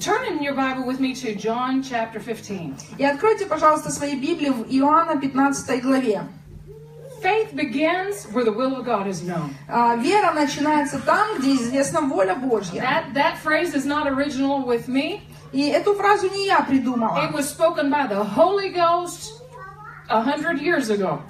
Turn in your Bible with me to John chapter 15. И откройте, пожалуйста, свои Библии в Иоанна 15 главе. Faith begins where the will of God is known. А, Вера начинается там, где известна воля Божья. That that phrase is not original with me. И эту фразу не я It придумала. was spoken by the Holy Ghost a hundred years ago.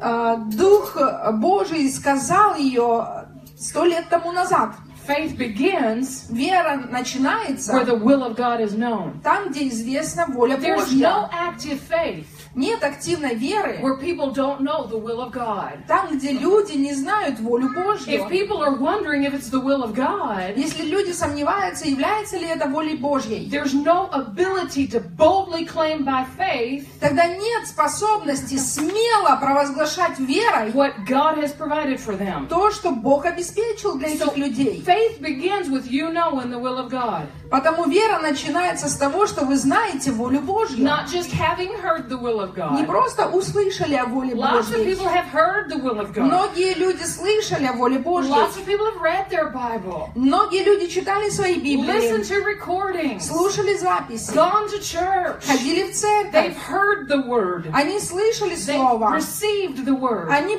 А, Дух Божий сказал ее сто лет тому назад. Faith begins Вера where начинается the will of God is known. там, где известна воля There's no Божья. active faith Нет активной веры where people don't know the will of God. там, где люди не знают волю If Божью. people are wondering if it's the will of God, Если люди сомневаются, является ли это волей Божьей, there's no ability to boldly claim by faith тогда нет способности смело провозглашать верой what God has provided for them. то, что Бог обеспечил для So этих людей. faith begins with you knowing the will of God, Потому вера начинается с того, что вы знаете волю Божью. not just having heard the will of Не God. просто услышали о воле Lots of Божьей. people have heard the will of God. Многие люди слышали о воле Божьей. Lots of people have read their Bible, Многие люди читали свои listened Библии, to recordings, слушали записи, gone to church. ходили в They've церковь. heard the word. Они слышали They Слово, received the word. они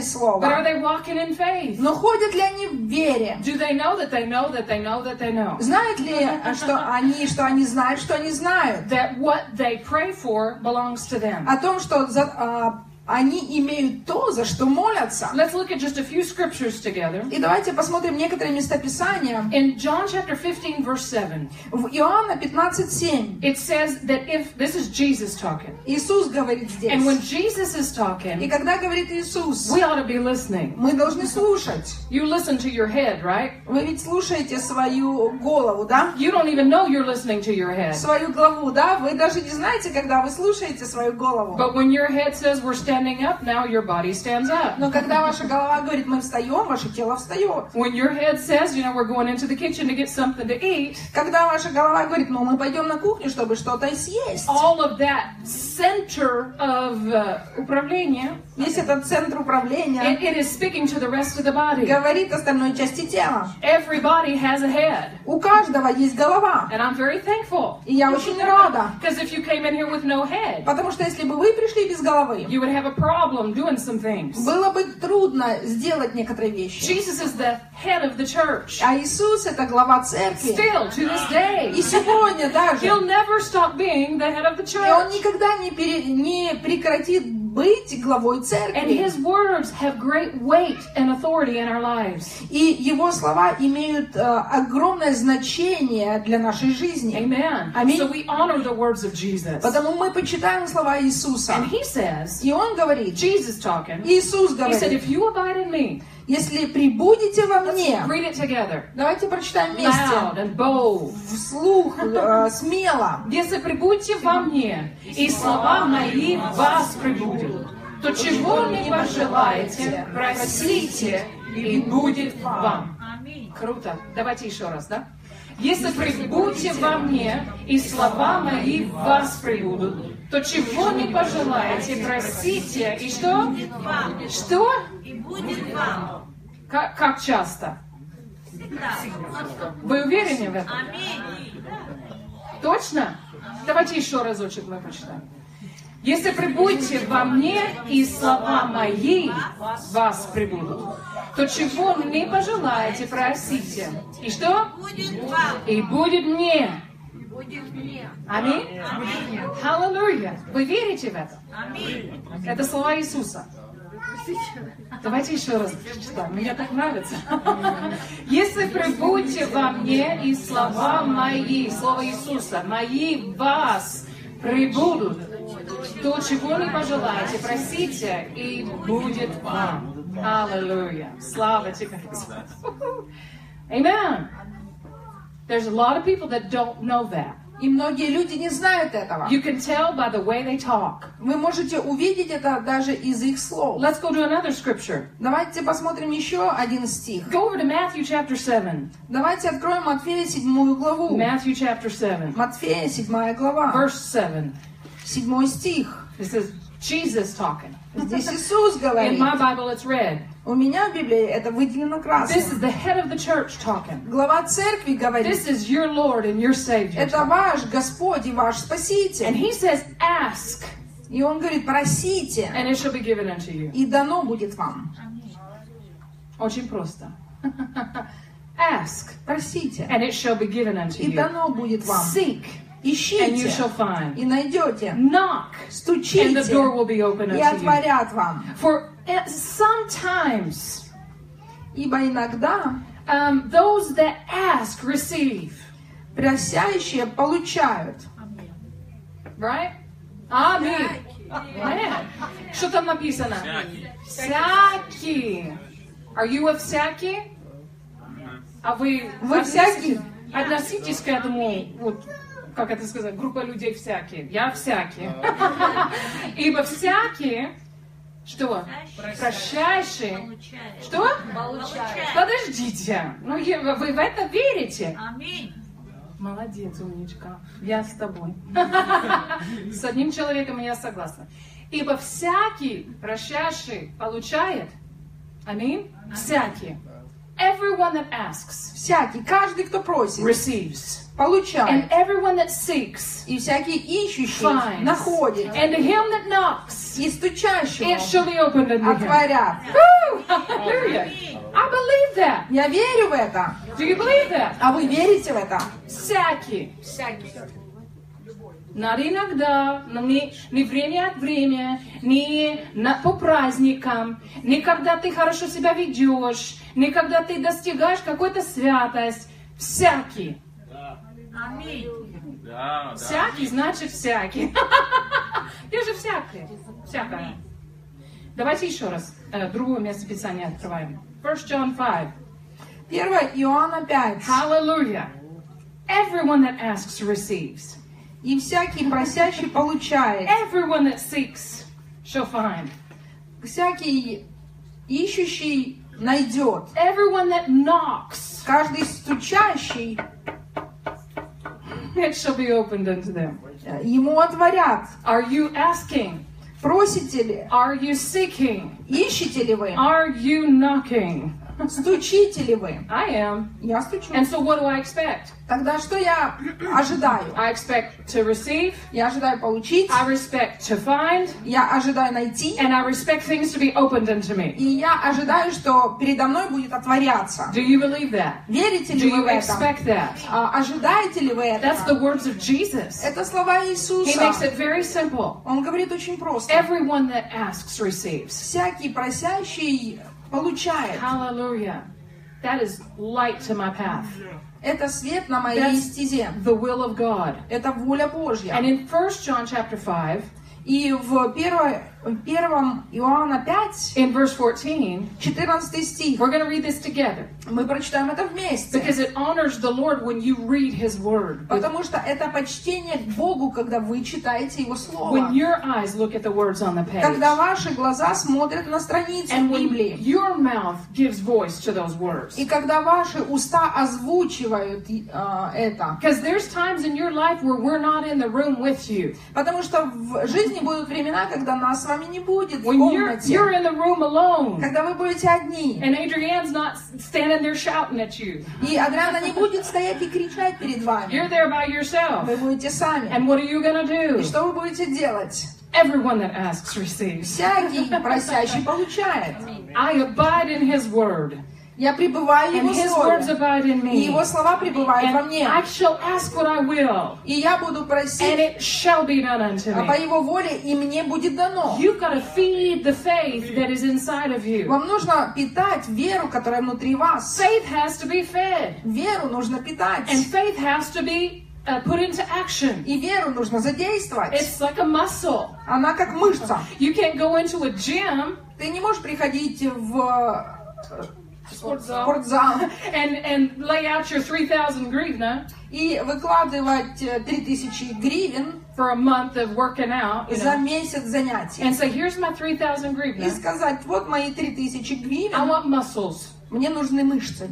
But are Слово. they walking in faith? Но ходят ли они в вере? Do they know that they know that they know that they know? Знают ли, э, что они, что они знают, что они знают? That what they pray for belongs to them. О том, что за- а, они имеют то, за что молятся. Let's look at just a few scriptures together. И давайте посмотрим некоторые местописания. In John chapter 15, verse 7, В Иоанна 15.7 it says that if this is Jesus talking, Иисус говорит and when здесь. Jesus is И talking, когда говорит Иисус, we ought to be listening. мы должны слушать. You listen to your head, right? Вы ведь слушаете свою голову, да? You don't even know you're listening to your head. Свою главу, да? Вы даже не знаете, когда вы слушаете свою голову. But when your head says we're standing up, now your body stands up. Но когда ваша голова говорит, мы встаем, ваше тело встает. When your head says, you know, we're going into the kitchen to get something to eat, Когда ваша голова говорит, ну мы пойдем на кухню, чтобы что-то съесть. all of that center of uh, управление, Весь этот центр управления it, it is speaking to the rest of the body. говорит остальной части тела. Everybody has a head, У каждого есть голова. and I'm very thankful. И я очень рада, Because if you came in here with no head, Потому что если бы вы пришли без головы, you would have a problem doing some things. было бы трудно сделать некоторые вещи. Jesus is the head of the church. А Иисус — это глава церкви. Still, to this day, И сегодня даже. he'll never stop being the head of the И Он church. никогда не, пере- не прекратит быть главой And церкви. his words have great weight and authority in our lives. И Его слова имеют э, огромное значение для нашей жизни. Amen. Аминь. So we honor the words of Jesus. Потому мы почитаем слова Иисуса. And he says, И Он говорит, Jesus talking, Иисус he said, говорит, if you abide in me, если прибудете во мне, read it together, давайте прочитаем loud вместе, and bold. вслух, э, смело. Если прибудьте во мне, и слова мои в вас прибудут, то чего не пожелаете, просите, и будет вам. Круто. Давайте еще раз, да? Если прибудьте во мне, и слова мои в вас прибудут, то чего не пожелаете, просите, и что? Что? И будет вам Как, как часто? всегда. Вы уверены в этом? Аминь. Точно? Давайте еще разочек мы прочитаем. Если прибудете во мне, и слова мои в вас прибудут, то чего не пожелаете, просите. И что? Будет вам. И будет мне. Будет мне. Аминь. Аминь. Аллилуйя. Вы верите в это? Аминь. Это слова Иисуса. Давайте еще раз прочитаем. Мне так нравится. Если прибудьте во мне и слова мои, слова Иисуса, мои в вас прибудут, то чего не пожелаете, просите, и будет вам. Аллилуйя. Слава тебе, Господь. Amen. There's a lot of people that don't know that. И многие люди не знают этого. You can tell by the way they talk. Вы можете увидеть это даже из их слов. Let's go to another scripture. Давайте посмотрим еще один стих. Go over to Matthew chapter 7. Давайте откроем Матфея 7 главу. Matthew chapter 7, Матфея 7 глава, verse 7. 7 стих. It says, Jesus talking. Здесь Иисус In говорит. my Bible, it's red. У меня в Библии это выделено This is красным. the head of the church talking. Глава церкви говорит, This is your Lord and your Savior. это talking. ваш Господь и ваш And Спаситель. he says, Ask, И он говорит, просите, and it shall be given unto you. и дано будет вам. Очень просто. Ask, Просите, and it shall be given unto и you. дано будет вам. Seek, and you shall Ищите, find. и найдете. Knock, and the Стучите, door will be open и unto you. отворят вам. For uh, sometimes Ибо иногда um, those that ask receive, просящие получают. right? Ah, Oh, Аминь. Amen. Что там написано? Всякий. Are you a всякий? А вы, Вы всякий? Относитесь к этому, вот, как это сказать, группа людей всякие. Я всякий. Ибо всякие, что? Прощающие. Получаешь. Что? Получаешь. Подождите. Ну, е- вы в это верите? Аминь. Молодец, умничка. Я с тобой. С одним человеком я согласна. Ибо всякий прощавший получает. Аминь. Всякий. Everyone that asks Всякий, каждый, кто просит, receives. And получает. everyone that seeks И всякий ищущий finds. находит. And to him that knocks, И стучащему it shall be opened unto him. отворят. Woo! Hallelujah. I believe that. Я верю в это. Do you believe that? А вы верите в это? Всякий. Надо иногда, но не, не время от времени, не на- по праздникам, не когда ты хорошо себя ведешь, не когда ты достигаешь какой-то святость. Всякий. Аминь. Да, да. Всякий значит всякий. Я же всякая. Всякая. Давайте еще раз э, другое место Писания открываем. 1 John 5. 1 Иоанна 5. Hallelujah. Everyone that asks receives. И всякий просящий получает. Everyone that seeks shall find. Всякий ищущий найдет. Everyone that knocks Каждый стучащий It shall be opened unto them. э, ему отворят. Are you asking? Просите ли? Are you seeking? Ищете ли вы? Are you knocking? Стучите ли вы? I am. Я стучу. And so what do I expect? Тогда что я ожидаю? I expect to receive, Я ожидаю получить, I respect to find, я ожидаю найти, and I respect things to be opened unto me. и я ожидаю, что передо мной будет отворяться. Do you believe that? Верите Do ли вы you в это? expect that? А, ожидаете ли вы That's the это? words of Jesus. Это слова He makes Иисуса. it very simple. Он говорит очень просто. Everyone that asks receives. Всякий просящий получает. Hallelujah. That is light to my path. Это свет на моей That's- стезе. The will of God. Это воля And Божья. in 1 John chapter 5, И в 1, Иоанна 5, in verse 14, 14 стих, We're going to read this together мы прочитаем это вместе. because it honors the Lord when you read His Word. Потому что это почтение к Богу, когда вы читаете Его Слово. When your eyes look at the words on the Когда page, ваши глаза смотрят на страницу and when Библии. your mouth gives voice to those words. И когда ваши уста озвучивают э, это. Because there's times in your life where we're not in the room with you. Потому что в жизни будут времена, когда нас с вами не будет в When you're, you're комнате. in the room alone, Когда вы будете одни. and Adrienne's not standing there shouting at you, И Адриана не будет стоять и кричать перед вами. you're there by yourself. Вы будете сами. And what are you going to И do? что вы будете делать? Everyone that asks receives. Всякий просящий получает. I abide in His Word, Я пребываю в and Его His words Слове. abide in И me. Его слова пребывают во And мне. I shall ask what I will, И я буду and просить, it shall be done unto а по me. Его воле и мне будет дано. You've got to feed the faith that is inside of you. Вам нужно питать веру, которая внутри вас. Faith has to be fed, Веру нужно питать. and faith has to be uh, put into action. И веру нужно задействовать. It's like a muscle. Она как мышца. You can't go into a gym Ты не можешь приходить в э, sportzal, спортзал and, and lay out your 3,000 grivna и выкладывать э, 3000 гривен for a month of working out you за know, месяц занятий. and say, Here's my 3,000 И grivna. сказать, вот мои 3000 I гривен, want muscles. мне нужны мышцы.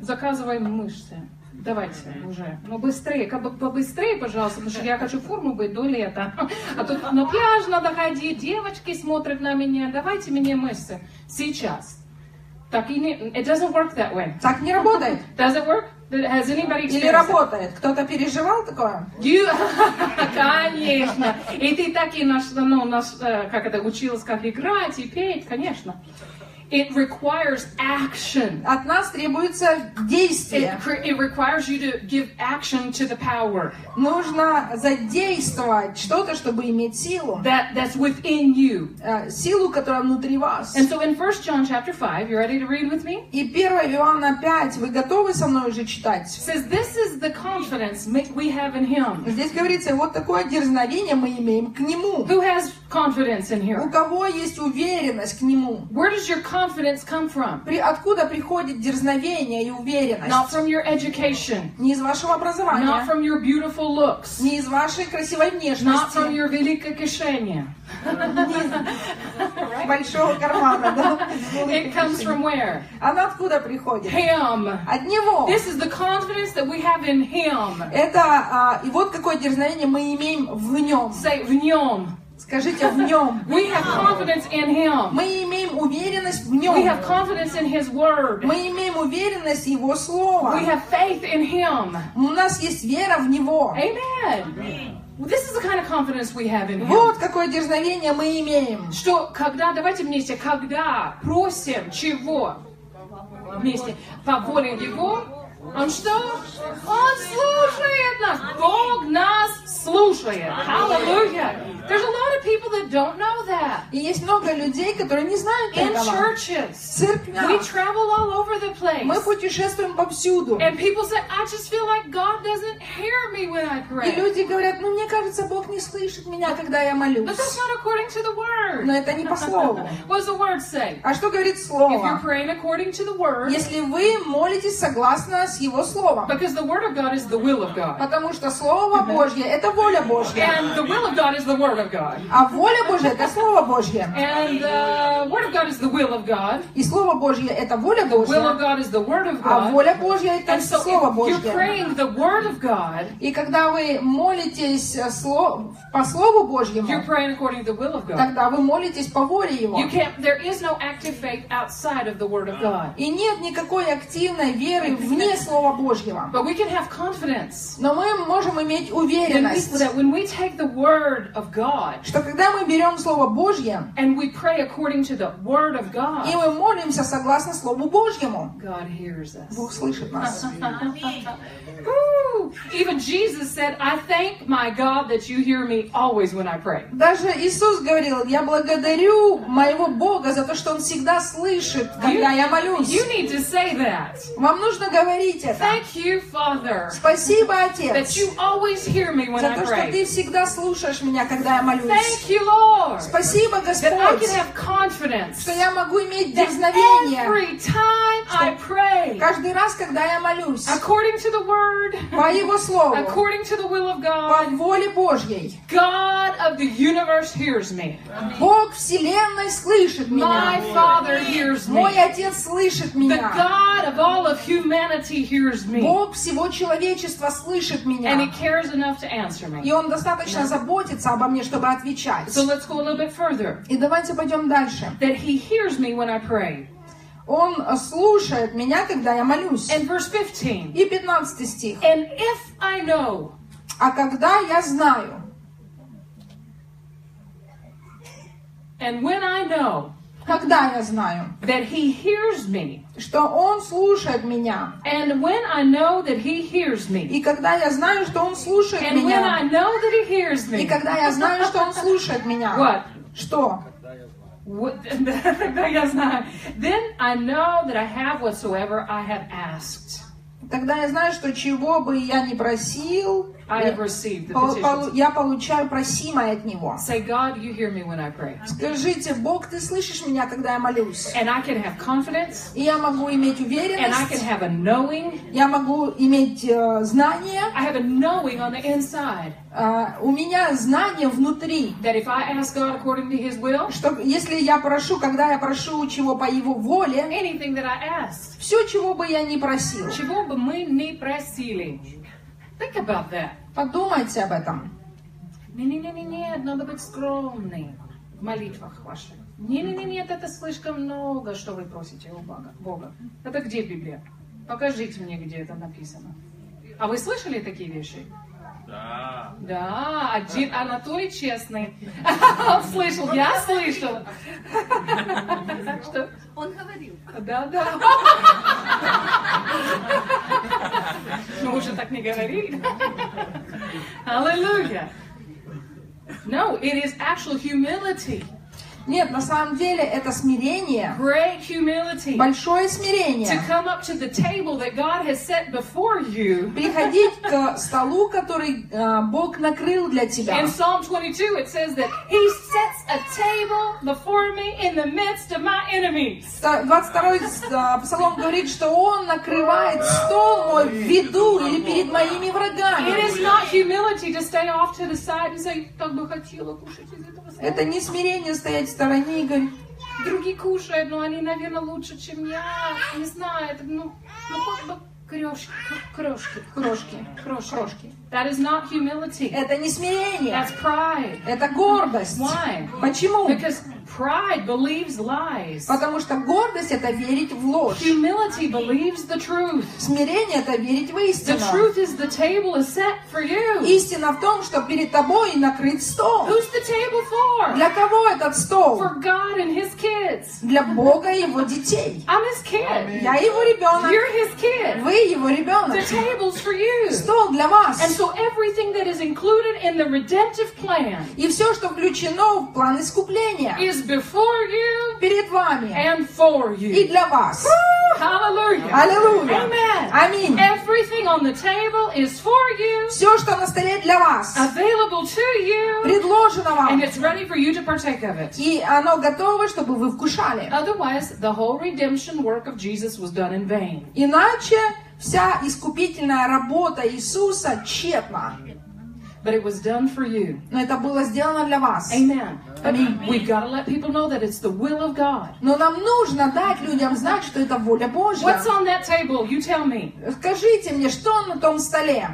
Заказывай мышцы. Давайте уже. Ну, быстрее, как бы побыстрее, пожалуйста, потому что я хочу форму быть до лета. А тут на пляж надо ходить, девочки смотрят на меня, давайте мне мышцы. Сейчас. Так и не... It doesn't work that way. Так не работает. Does it work? Has anybody Или experienced it? работает. Кто-то переживал такое? You- конечно. И ты так и наш, ну, наш, э, как это, училась, как играть и петь, конечно. It requires action. От нас требуется действие. It, cre- it requires you to give action to the power Нужно задействовать что-то, чтобы иметь силу. that, that's within you. Э, Силу, которая внутри вас. And so in 1 John chapter 5, you ready to read with me? И 1 Иоанна 5, вы готовы со мной уже It читать? says, This is the confidence ma- we have in him. Здесь говорится, вот такое дерзновение мы имеем к Нему. Who has confidence in У here? кого есть уверенность к Нему? Where does your confidence come from? При, откуда приходит дерзновение и Not уверенность? from your education, Не из вашего not образования, from your beautiful looks. не из вашей красивой Not from внешности, your великое кишение. с большого кармана, да? It comes from where? Она откуда приходит? Him. От Него. This is the confidence that we have in Him. Это, а, и вот какое дерзновение мы имеем в Нем. Say, в Нем. Скажите, в Нем. We have confidence in Him. Мы имеем уверенность в We have Нем. confidence in His Word. Мы имеем уверенность в Его We Слово. have faith in Him. У нас есть вера в Него. Amen. Well, This is the kind of confidence we have in Him. Вот какое дерзновение мы имеем. Что, когда, давайте вместе, когда просим чего? Вместе. По воле Его, Он что? Он слушает нас. Бог нас слушает. Hallelujah. There's a lot of people that don't know that. И есть много людей, которые не знают In этого. churches, we Церквя. travel all over the Мы place. путешествуем повсюду. And people say, I just feel like God doesn't hear me when I И pray. люди говорят, ну мне кажется, Бог не слышит меня, когда я But that's молюсь. not according to the Но Word. это не по слову. What does the Word say? А что говорит If you're Слово? praying according to the Word, Если вы молитесь согласно с Его Словом. Because the word of God is the will of God. Потому что Слово Божье – это воля Божья. And the will of God is the word of God. А воля Божья – это Слово Божье. And the word of God is the will of God. И Слово Божье – это воля Will of Божья. God is the word of А God. воля Божья – это And so Слово if you're Божье. praying the word of God, И когда вы молитесь э, сло- по Слову Божьему, you're praying according to the will of God. тогда вы молитесь по воле Его. You can't there is no active faith outside of the word of God. И нет никакой активной веры вне Слова Божьего. But we can have confidence Но мы можем иметь when we, уверенность, that when we take the word of God что когда мы берем Слово Божье, and we pray according to the word of и God, мы молимся согласно Слову Божьему, God hears us. Бог слышит нас. Аминь. Woo! Even Jesus said, I thank my God that you hear me always when I pray. Даже Иисус говорил, я благодарю моего Бога за то, что Он всегда слышит, когда я молюсь. You need to say that. Вам нужно говорить это. Thank you, Father, Спасибо, that Отец, you always hear me when за I то, что pray. Ты всегда слушаешь меня, когда я молюсь. Thank you, Lord, Спасибо, that I can Господь, have confidence что я могу иметь that дерзновение every time I pray, каждый раз, когда я молюсь. according to the word, По Его Слову, according to the will of по God, воле Божьей. God of the universe hears me. Бог Вселенной слышит My меня. Father hears me. Мой Отец слышит The меня. God of all of humanity hears me. Бог всего человечества слышит and he меня. cares enough to answer И me. Он достаточно заботится обо мне, чтобы отвечать. So let's go a little bit further. И давайте пойдем дальше. That he hears me when I pray. Он э, слушает меня, когда я молюсь. And verse 15. И 15 стих. And if I know, А когда я знаю, and when I know когда я знаю, that he hears me, что Он слушает меня, and when I know that he hears me, и когда я знаю, что Он слушает and when I меня, know that he hears и me, когда я знаю, что Он слушает меня, what? что? what Yes, I- then I know that I have whatsoever I have asked. Тогда я знаю, что чего бы я ни просил, I have received the пол- пол- petitions. я получаю просимое от Него. Say, God, you hear me when I pray. Скажите, Бог, ты слышишь меня, когда я молюсь? And I can have confidence, И я могу иметь and I can уверенность, have a knowing, я могу иметь э, знание, I have a knowing on the inside э, у меня знание внутри, that if I ask God according to His will, что если я прошу, когда я прошу чего по Его воле, anything that I ask, все, чего бы я ни просил, чего как бы мы ни просили. Think about that. Подумайте об этом. Не-не-не-не, надо быть скромным в молитвах ваших. Не-не-не, это слишком много, что вы просите у Бога. Бога. Это где Библия? Покажите мне, где это написано. А вы слышали такие вещи? Да. Да, один Анатолий честный. Он слышал, я слышал. Что? Он говорил. Да, да. Мы уже так не говорили. Hallelujah. No, it is actual humility. Нет, на самом деле это смирение, Great humility. большое To смирение. come up to the table that God has set before you. Приходить к столу, который э, Бог накрыл для тебя. In Psalm 22, it says that He sets a table before me in the midst of my enemies. Ста- 22 с- э, псалом говорит, что Он накрывает стол мой в виду или перед моими It врагами. is not humility to stay off to the side and say, как бы хотела кушать из этого стола». Это не смирение стоять в стороне и говорить, Другие кушают, но они, наверное, лучше, чем я. Не знаю, это, ну, ну хоть бы крошки, крошки, крошки, крошки. крошки. That is not humility. это не смирение, That's pride. это гордость. Why? Почему? Because pride believes lies. Потому что гордость это верить в ложь. Humility believes the truth. Смирение это верить в The истину. truth is the table is set for you. Истина в том, что перед тобой накрыт стол. Who's the table for? Для кого этот стол? For God and His kids. Для Бога и его детей. I'm His kid. Я его ребенок, You're His kid. вы его ребенок. The table's for you. Стол для And вас. so everything that is included in the redemptive plan И все, что включено в план искупления, is before you перед вами and for и you. для вас. Hallelujah. Аллилуйя. Amen. Аминь. Everything on the table is for you, Все, что на столе для вас, available to you, предложено and вам, it's ready for you to partake of it. и оно готово, чтобы вы вкушали. Otherwise, the whole redemption work of Jesus was done in vain. Иначе вся искупительная работа Иисуса тщетна. But it was done for you. Но это было сделано для вас. Amen. I mean, we've got to let people know that it's the will of God. Но нам нужно дать людям знать, что это воля Божья. What's on that table? You tell me. Скажите мне, что на том столе?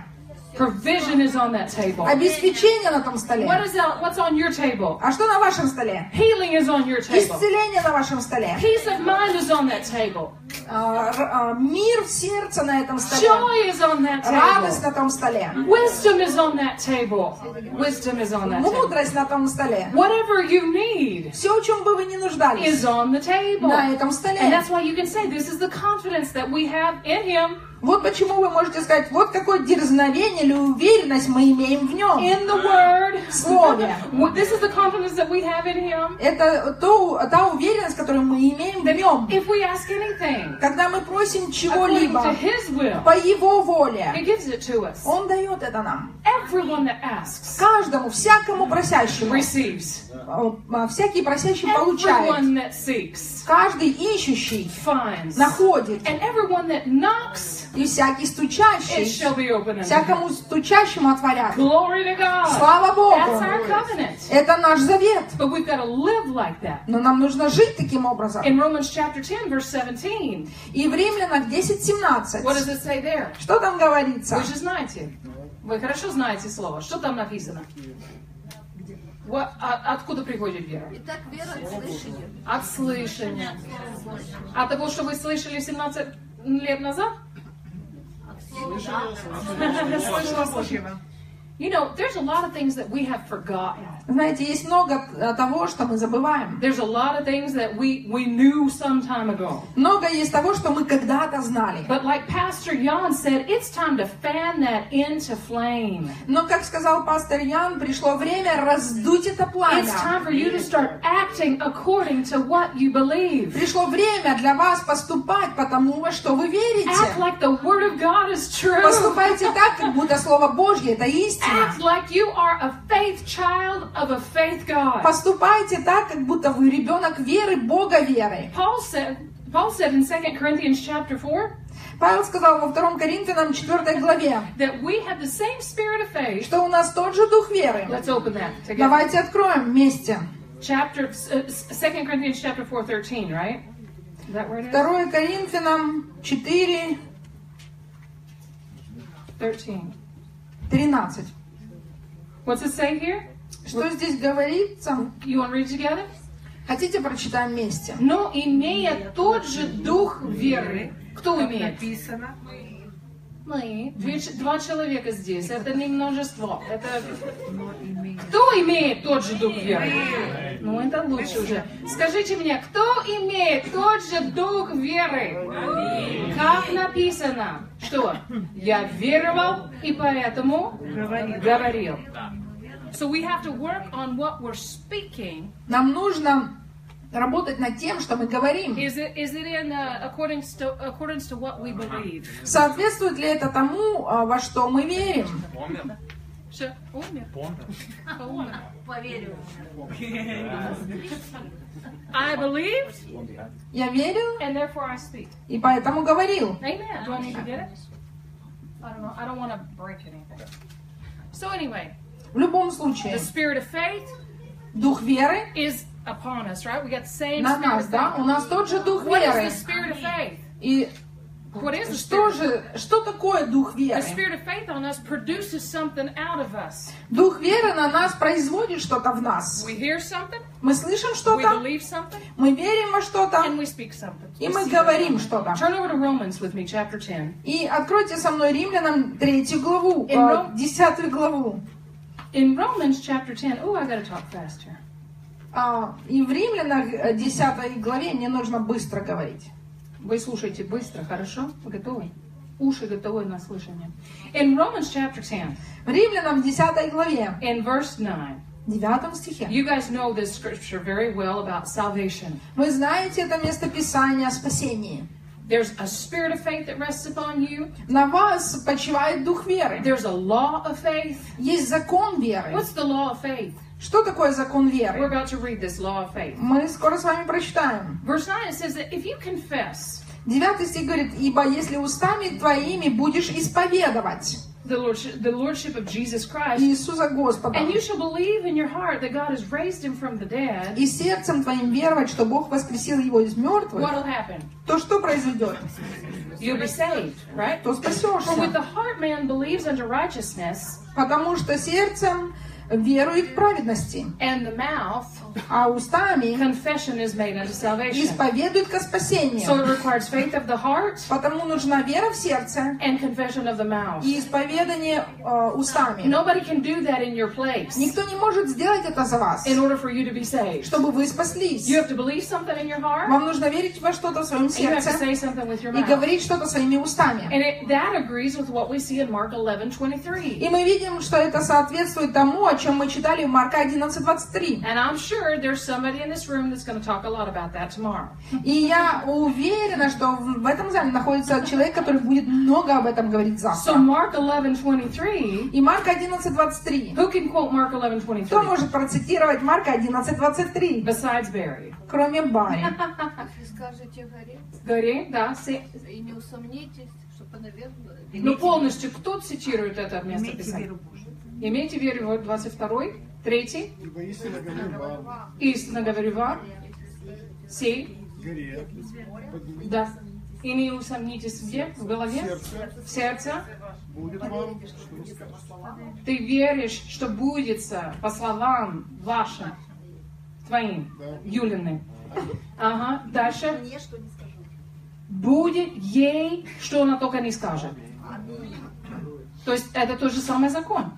Provision is on that table. Обеспечение на том What столе. is that? What's on your table? А что на вашем столе? Healing is on your table. Исцеление на вашем столе. Peace of mind is on that table. А, р- а, Мир в сердце на этом столе. Joy is on that Радость table. на том столе. Wisdom is on that table. Wisdom is on that table. Мудрость на том столе. Whatever you need Все, в чем бы вы ни is нуждались, on the table. на этом And столе. that's why you can say this is the confidence that we have in Him, Вот почему вы можете сказать, вот какое дерзновение или уверенность мы имеем в нем. in the Word. В слове. What- This is the confidence that we have in Him. Это то, та уверенность, которую мы имеем в нем. If we ask anything Когда мы просим according to чего-либо His will, по его воле, He gives it to us. Он дает это нам. Everyone that asks Каждому, всякому просящему. receives. Э, Всякий просящий получает. Everyone that seeks Каждый ищущий finds. находит. And everyone that knocks, И всякий it shall стучащий, be open unto them. всякому стучащему отворят. Glory to God. Слава That's our Богу! covenant. Это наш завет. But we've got to live like that. Но нам нужно жить таким образом. In Romans chapter 10, verse 17, И в Римлянах what does 10.17. it say there? Что там говорится? Вы же знаете. Вы хорошо знаете слово. Что там написано? Во- а- Откуда приходит вера? Итак, вера от слышания. От слышания. От того, что вы слышали 17 лет назад? Слышала, слышала. You know, there's a lot of things that we have forgotten. Знаете, есть много э, того, что мы забываем. There's a lot of things that we, we knew some time ago. Много есть того, что мы когда-то знали. But like Pastor Jan said, it's time to fan that into flame. Но, как сказал пастор Ян, пришло время раздуть это It's пламя. time for you to start acting according to what you believe. Пришло время для вас поступать потому, во что вы Act верите. like the Word of God is true. Поступайте так, как будто Слово Божье – это истина. Act like you are a faith child of a faith God. Поступайте так, как будто вы ребенок веры, Бога веры. Paul said, Paul said in 2 Corinthians chapter 4 Павел сказал во 2 Коринфянам 4 главе, that we have the same spirit of faith. что у нас тот же дух веры. Let's open that together. Давайте откроем вместе. Chapter uh, 2 Corinthians chapter 4:13, right? Is that where it is? 2 Коринфянам 4, 13. 13. What's it say here? Что здесь говорится? You want to read together? Хотите, прочитаем вместе? Но имея тот же дух веры, кто имеет? Написано. Мы. Две ч- два человека здесь. Это не множество. Это... Кто имеет тот же дух веры? Ну, это лучше уже. Скажите мне, кто имеет тот же дух веры? Как написано? Что? Я веровал, и поэтому говорил. So we have to work on what we're speaking. Нам нужно работать над тем, что мы говорим. Is it is it in uh, accordance to accordance to what we believe? Соответствует ли это тому, а, во что мы верим? Помним? Ш- умер, Помним. умер. Поверил. I believed, Я верил and therefore I speak. и поэтому говорил. Amen. Do I need to get it? I don't know. I don't want to break anything. So anyway, В любом случае, the spirit of faith дух веры is upon us, right? We got the same на spirit нас, of да? У faith. нас тот же дух What веры. is the spirit of faith? И What is the что spirit? же, что такое дух The веры? spirit of faith on us produces something out of us. Дух веры на нас производит что-то в нас. We hear something, Мы слышим we что-то, believe something, мы верим во and что-то, we speak something. и мы говорим что-то. Turn over to Romans with me, chapter 10. И откройте со мной Римлянам третью главу, In э, Rom- десятую главу. In Romans chapter 10, oh, I gotta talk faster. А, И в Римлянах э, 10 главе мне нужно быстро говорить. Вы слушаете быстро, хорошо? Вы готовы? Уши готовы на слышание. In Romans chapter 10, В Римлянам 10 главе, in verse 9, 9 стихе. you guys know this scripture very well about salvation. Вы знаете это местописание о спасении. There's a spirit of faith that rests upon you. На вас почивает дух веры. There's a law of faith. Есть закон веры. What's the law of faith? Что такое закон We're веры? about to read this law of faith. Мы скоро с вами прочитаем. Verse 9 it says that if you confess 9 стих говорит, «Ибо если устами твоими будешь исповедовать the lordship, the lordship of Jesus Christ, Иисуса Господа, and you shall believe in your heart that God has raised him from the dead, и сердцем твоим веровать, что Бог воскресил его из мертвых, what'll happen? то что произойдет? You'll be saved, right? То For with спасешься. the heart man believes unto righteousness, Потому что сердцем верует в праведности, and the mouth а устами confession is made unto salvation. исповедует ко So спасению. it requires faith of the heart Потому нужна вера в сердце and confession of the mouth. и исповедание э, устами. Nobody can do that in your place Никто не может сделать это за вас, in order for you to be saved. чтобы вы спаслись. You have to believe something in your heart, Вам нужно верить во что-то в своем and you have to сердце say something with your и mouth. говорить что-то своими устами. And it, that agrees with what we see in Mark 11 23. И мы видим, что это соответствует тому, о чем мы читали в Марка 11.23. And I'm sure there's somebody in this room that's going to talk a lot about that tomorrow. И я уверена, что в в этом зале находится человек, который будет много об этом говорить So, завтра. Mark 11 23, И Марка 11.23. who can quote Mark 11 23 Кто может процитировать Марка 11.23, besides Barry? кроме Барри? Если скажете горе, Горе, да, се- и не усомнитесь, что понаверно... Ну, полностью, кто цитирует это место Писания? Имейте веру в 22 3 Ибо истинно говорю вам, истинно говорю вам, сей, горе, да, и не усомнитесь где? В голове? В сердце? будет вам, что вы скажете. Ты веришь, что будется по словам вашим, твоим, Да. Юлины. Ага, дальше. Мне что не скажу. Будет ей, что она только не скажет. То есть это тот же самый закон.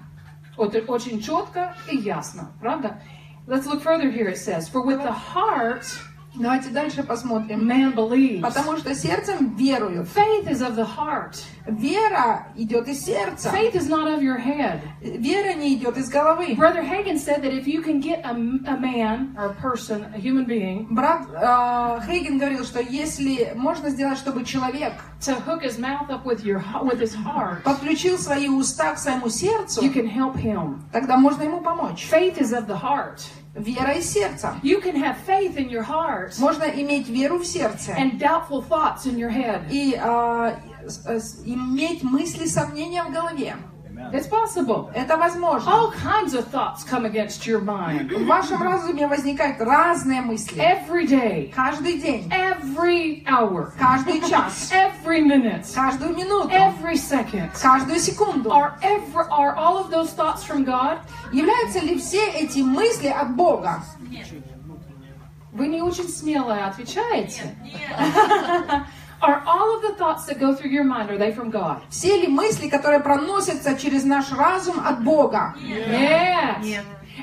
Вот, и Очень четко и ясно, правда? Let's look further here. It says, "For with the heart Давайте дальше посмотрим. man believes." Потому что сердцем верую. Faith is of the heart. Вера идет из сердца. Faith is not of your head. Вера не идет из головы. Brother Hagen said that if you can get a, a man or a person, a human being, Брат э, Хейген говорил, что если можно сделать, чтобы человек to hook his mouth up with your with his heart, подключил свои уста к своему сердцу, you can help him. тогда можно ему помочь. Faith is of the heart. Вера из сердца. You can have faith in your heart Можно иметь веру в сердце and doubtful thoughts in your head. и э, с- э, с- иметь мысли сомнения в голове. It's possible. Это возможно. All kinds of thoughts come against your mind В вашем разуме возникают разные мысли. every day, Каждый день, every hour, каждый час, every minute, каждую минуту, every second. каждую секунду. Are ever are all of those thoughts from God? Являются ли все эти мысли от Бога? Вы не очень смело отвечаете. Are all of the thoughts that go through your mind are they from God? Все ли мысли, которые проносятся через наш разум от Бога? Yes.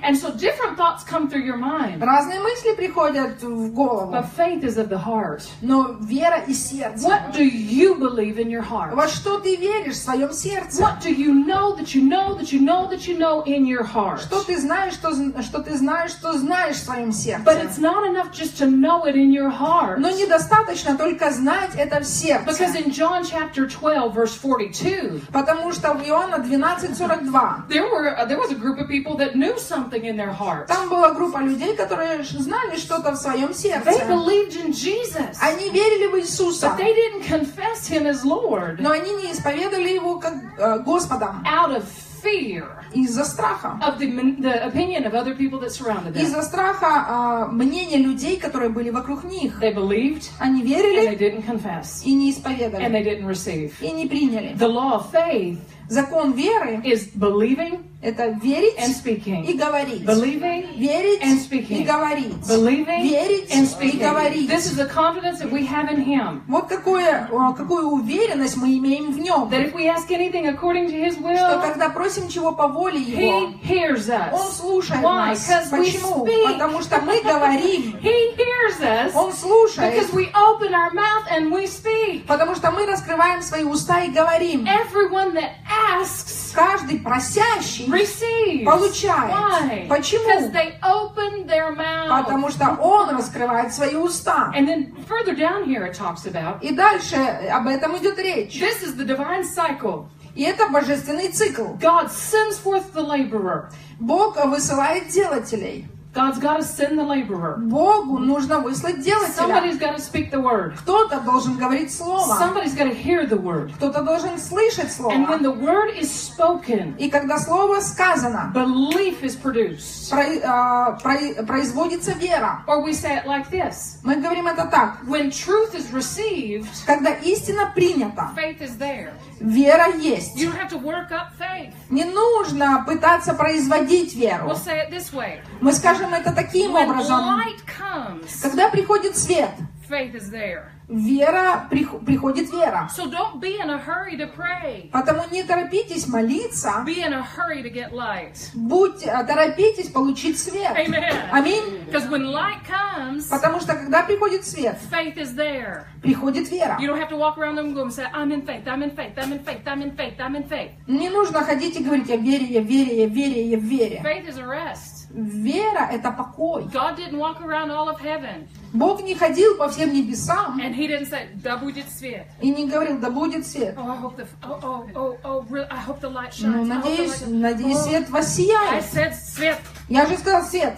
And so different thoughts come through your mind, Разные мысли приходят в but голову, faith is of the heart. но вера и сердце. What do you believe in your heart? Во что ты веришь в своем сердце? What do you know that you know that you know that you know in your heart? Что ты знаешь, что, зн- что ты знаешь, что знаешь в своем But it's сердце. not enough just to know it in your heart. Но недостаточно только знать это в сердце. Because in John chapter 12 verse 42, Потому что в Иоанна 12.42 there were uh, there was a group of people that knew something in their heart. там была группа людей, которые ж- знали что-то в своем They сердце. believed in Jesus, Они верили в but Иисуса, they didn't confess him as Lord но они не исповедали Его как э, Господом out of fear из-за страха. of the, the opinion of other people that surrounded them. Из-за страха а, мнения людей, которые были вокруг них. They believed Они and they верили didn't confess и не and исповедовали, they didn't receive. и не приняли. The law of faith Закон веры is believing — это and верить и speaking. говорить. Believing, and Верить speaking. и говорить. believing, and Верить и speaking. This говорить. is the confidence that we have in him. Вот какое, а, какую уверенность мы имеем в нем. That if we ask anything according to his Что will, когда просим чего по воле he Его, hears Он us. слушает Why? нас. 'Cause we Почему? speak. Потому что мы говорим. He hears us Он слушает. because we open our mouth and we speak. Потому что мы раскрываем свои уста и говорим. Everyone that asks Каждый просящий receives. получает. Why? Because Почему? they open their mouth. Потому что он раскрывает свои уста. And then further down here it talks about И дальше об этом идет речь. this is the divine cycle. И это божественный цикл. God sends forth the laborer. Бог высылает делателей. God's got to send the laborer. Богу нужно выслать делателя. Somebody's got to speak the word. Кто-то должен говорить слово. Somebody's got to hear the word. Кто-то должен слышать And when слово. the word is spoken, И когда слово сказано, belief is produced. про- а, про- производится вера. Or we say it like this Мы говорим это так. when truth is received, Когда истина принята, Faith is there. вера есть. You don't have to work up faith. Не нужно пытаться производить веру. We'll say it this way. Мы скажем это таким When образом. light comes, Когда приходит свет, faith is there. вера прих- приходит вера. So don't be in a hurry to pray. Потому не торопитесь молиться, Be in a hurry to get light. будь, э, торопитесь получить свет. Amen. Аминь. Because when light comes, Потому что когда приходит свет, faith is there. приходит вера. You don't have to walk around the room and say, I'm in faith, I'm in faith, I'm in faith, I'm in faith, I'm in faith. Не нужно ходить и говорить, я верю, я верю, я верю, я верю. Faith is a rest. Вера — это покой. God didn't walk around all of heaven Бог не ходил по всем небесам and he didn't say, Da будет свет. и не говорил, да будет свет. Oh, I hope the, oh, oh, oh, oh, really, I hope the light Ну, shines. I hope the надеюсь, light shines." надеюсь, свет I воссияет. said свет. Я же сказал, свет,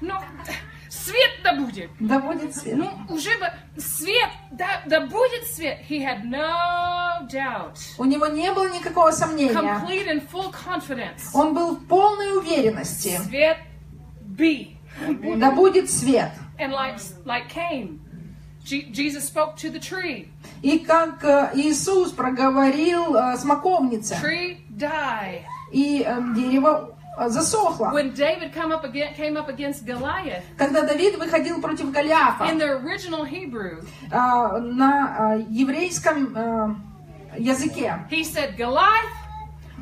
Ну, свет да будет. да будет свет. Ну, уже бы свет, да, да будет свет. He had no doubt. У него не было никакого сомнения. Complete and full confidence. Он был в полной уверенности. Свет be. Да будет свет. And light, light came. Je- Jesus spoke to the tree. И как э, Иисус проговорил э, смоковнице, Tree die. и э, дерево э, засохло. When David come up again, came up against Goliath, Когда Давид выходил против Голиафа, in the original Hebrew, э, на э, еврейском э, языке, he said, Goliath,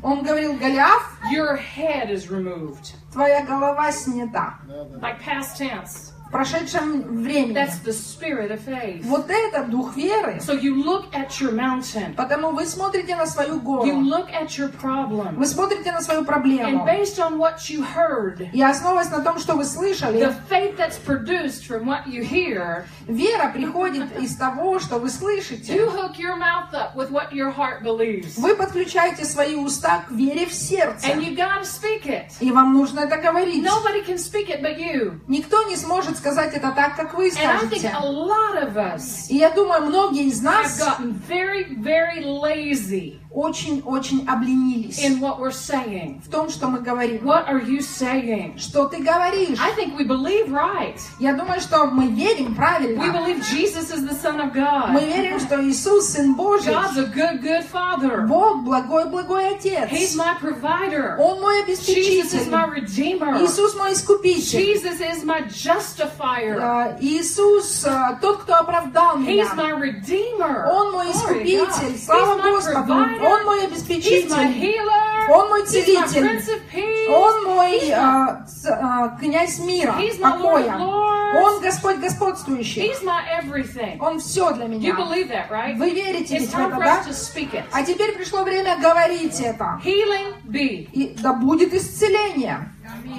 он говорил, Голиаф, your head is removed. твоя голова снята. Да, да. like past tense. В прошедшем времени. That's the spirit of faith. Вот это дух веры. So you look at your mountain, Потому вы смотрите на свою you гору, look at your problem, вы смотрите на свою and проблему. based on what you heard, И основываясь на том, что вы the слышали, faith that's produced from what you hear, вера приходит из того, что вы слышите. you hook your mouth up with what your heart believes. Вы подключаете свои уста к вере в And сердце. you gotta speak it. И вам нужно это говорить. Nobody can speak it but you. Никто не сможет сказать это так, как вы And I think скажете. a lot of us И я думаю, многие из have нас gotten very, very lazy очень-очень обленились in what we're saying. в том, что мы говорим. What are you saying? Что ты говоришь? I think we believe right. Я думаю, что мы верим We правильно. believe Jesus is the Son of Мы God. верим, что Иисус Сын Божий. God's a good, good Father. Бог благой-благой He's Отец. my provider. Он Jesus is мой обеспечитель. my Redeemer. Иисус мой искупитель. Jesus is my justifier. Э, Иисус э, тот, кто оправдал He's меня. my Redeemer. Он мой Glory to God. искупитель. He's Слава my Господу. Он provider. мой He's my обеспечитель. healer. Он мой He's my целитель. Prince of Peace. Он мой uh, э, с- э, князь мира, He's my Lord покоя. of Lords. Он Господь господствующий. He's my everything. Он все для You меня. believe that, right? Вы верите It's ведь в time это, for да? us to speak it. А теперь пришло время говорить это. Healing be. И да будет исцеление.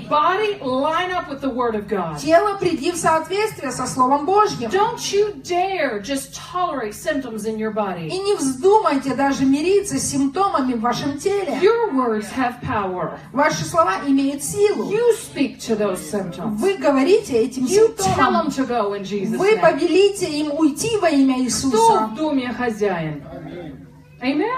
Body line up with the Word of God. Тело приди в соответствие со Словом Божьим. Don't you dare just tolerate symptoms in your И body. не вздумайте даже мириться с симптомами в вашем теле. Your words have power. Ваши слова имеют силу. You speak to those symptoms. Вы говорите этим You tell them симптомам. to go in Jesus' Вы name. повелите им уйти во имя Кто в Иисуса. доме хозяин? Amen?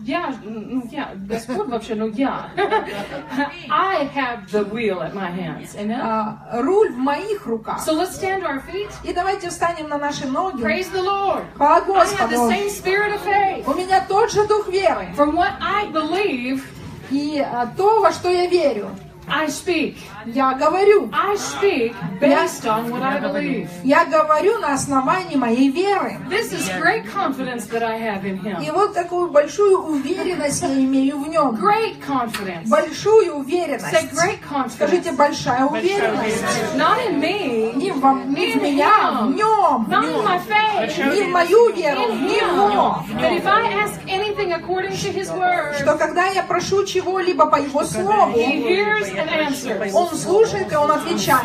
Я, ну я, Господь вообще, ну я. I have the wheel at my hands. Amen? А, руль в моих руках. So let's stand to our feet. И давайте встанем на наши ноги. Praise the Lord. Хвала I have the Господу. same spirit of faith. У меня тот же дух веры. From what I believe, И а, то, во что я верю, I speak. я говорю. I speak based on what I believe. Я говорю на основании моей веры. This is great confidence that I have in И Him. вот такую большую уверенность я имею в нем. Great confidence. Большую Say уверенность. great confidence. Скажите, большая уверенность. Not in me, Не во не в меня, а not в in нем. my faith, Не в мою веру, in в него. Him. That if I ask anything according to His word, Что когда я прошу чего-либо по его слову, He hears and answers. он слушает и он отвечает.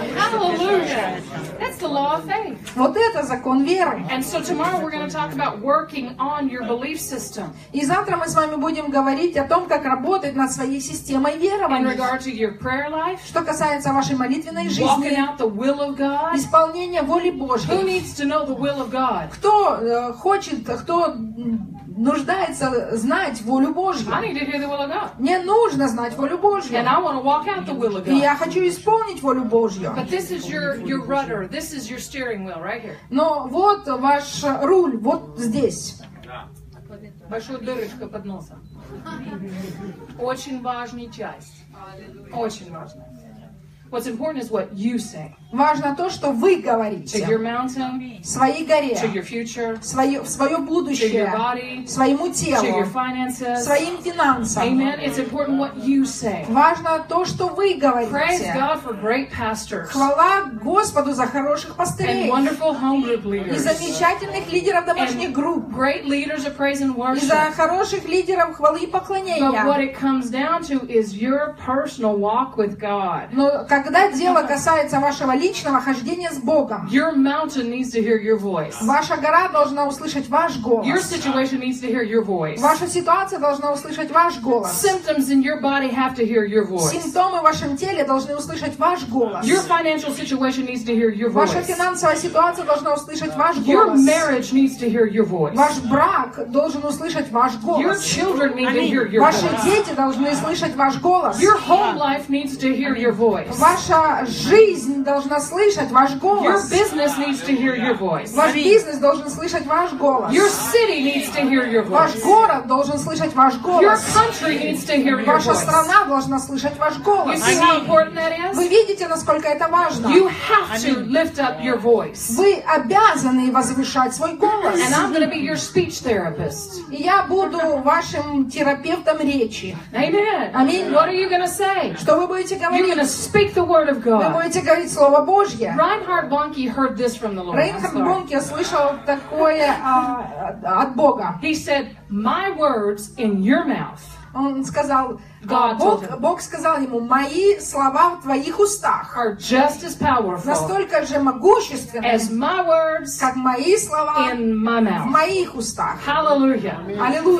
Hallelujah. That's the law of faith. Вот это закон веры. And so tomorrow we're going to talk about working on your belief system И завтра мы с вами будем говорить о том, как работать над своей системой in верования. regard to your prayer life, Что касается вашей молитвенной walking жизни, out the will of God. исполнения воли Who Божьей. needs to know the will of God? Кто э, хочет, кто м, нуждается знать волю Божью. I need to hear the will of God. Мне нужно знать волю Божью. And I want to walk out the will of И God. я хочу исполнить волю Божью. But this is your, your rudder. This is your steering wheel right here. Но вот ваш руль, вот здесь. Большая дырочка под носом. Очень важная часть. Очень важная. What's important is what you say Важно то, что вы to your говорите. mountain, Своей to горе, your future, свое, в свое to your будущее, body, своему to your телу, finances. своим финансам. Amen. It's important what you say. Важно то, что вы Praise говорите. God for great pastors Хвала Господу за хороших and пастырей wonderful home group и leaders. замечательных лидеров домашних групп. Great leaders of praise and И за worship. хороших лидеров хвалы и But what поклонения. it comes down to is your personal walk with God. Но когда дело касается вашего личного хождения с Богом, Your mountain needs to hear your voice. ваша гора должна услышать ваш Your голос. situation needs to hear your voice. Ваша ситуация должна услышать ваш голос. Symptoms in your body have to hear your voice. Симптомы в вашем теле должны услышать ваш голос. Your financial situation needs to hear your Ваша voice. финансовая ситуация должна услышать ваш Your голос. marriage needs to hear your voice. Ваш брак должен услышать ваш Your голос. children need to hear your Ваши voice. дети должны слышать ваш голос. Your home life needs to hear your voice. Ваша жизнь должна слышать ваш Your голос. business needs to hear your voice. Ваш бизнес должен слышать ваш голос. Your city needs to hear your Ваш voice. город должен слышать ваш Your голос. country needs to hear your Ваша voice. страна должна слышать ваш You голос. see how important that Вы is? видите, насколько это важно. You have to lift up your voice. Вы обязаны возвышать свой голос. And I'm going to be your speech therapist. И я буду вашим терапевтом речи. Amen. Аминь. What are you going to say? Что вы будете You're going to говорить? speak the word of Вы God. будете говорить Слово Божье. Reinhard Bonnke heard this from the Lord. I'm Рейнхард sorry. Бонке слышал такое а, от Бога. He said, My words in your mouth Он сказал, а, God told Бог, him Бог сказал ему, мои слова в твоих устах are just as powerful настолько же могущественны, as my words как мои слова in my в mouth. моих устах. Hallelujah.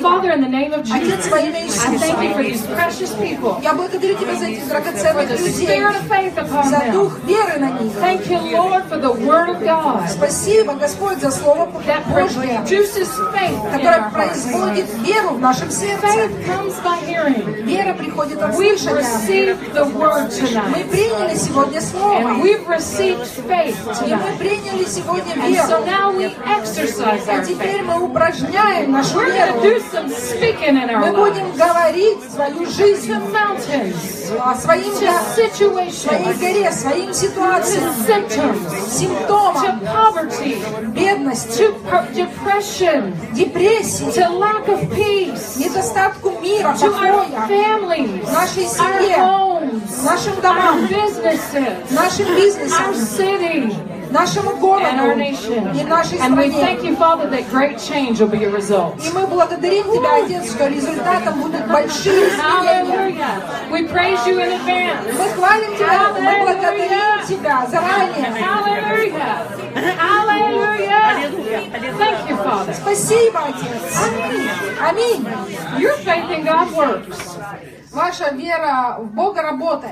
Father, Аллилуйя. in the name of Отец Jesus, во имя I thank you for Иисуса. these precious people, Я благодарю Тебя за этих for драгоценных the людей, spirit of faith upon за them. дух веры на них. Thank you, Lord, for the word of God Спасибо, Господь, за Слово that Божье, produces faith in которое our hearts. производит веру в нашем сердце. Faith comes by hearing. Вера приходит от We've слышания. received the word Мы tonight, приняли сегодня and Слово, we've received faith и мы tonight. приняли сегодня And so веру. now we exercise А our теперь faith. мы упражняем нашу We're going to веру. do some speaking in Мы our lives будем говорить свою жизнь to mountains, о своим, to го- своей situations, горе, своим to ситуациям, symptoms, to симптомам, poverty, бедности, to per- depression, депрессии, to lack of peace, недостатку мира, to our покоя, families, нашей our семье, homes, нашим our домам, businesses, нашим our бизнесам, city. нашему and our городу nation. и нашей And we thank стране. you, Father, that great change will be your result. И мы благодарим Тебя, Отец, что результатом будут большие изменения. Hallelujah. We praise you in advance. Мы хвалим Тебя, мы благодарим Тебя заранее. Hallelujah. Hallelujah. Thank you, Father. Спасибо, Отец. Аминь. Your faith in God works. Ваша вера в Бога работает.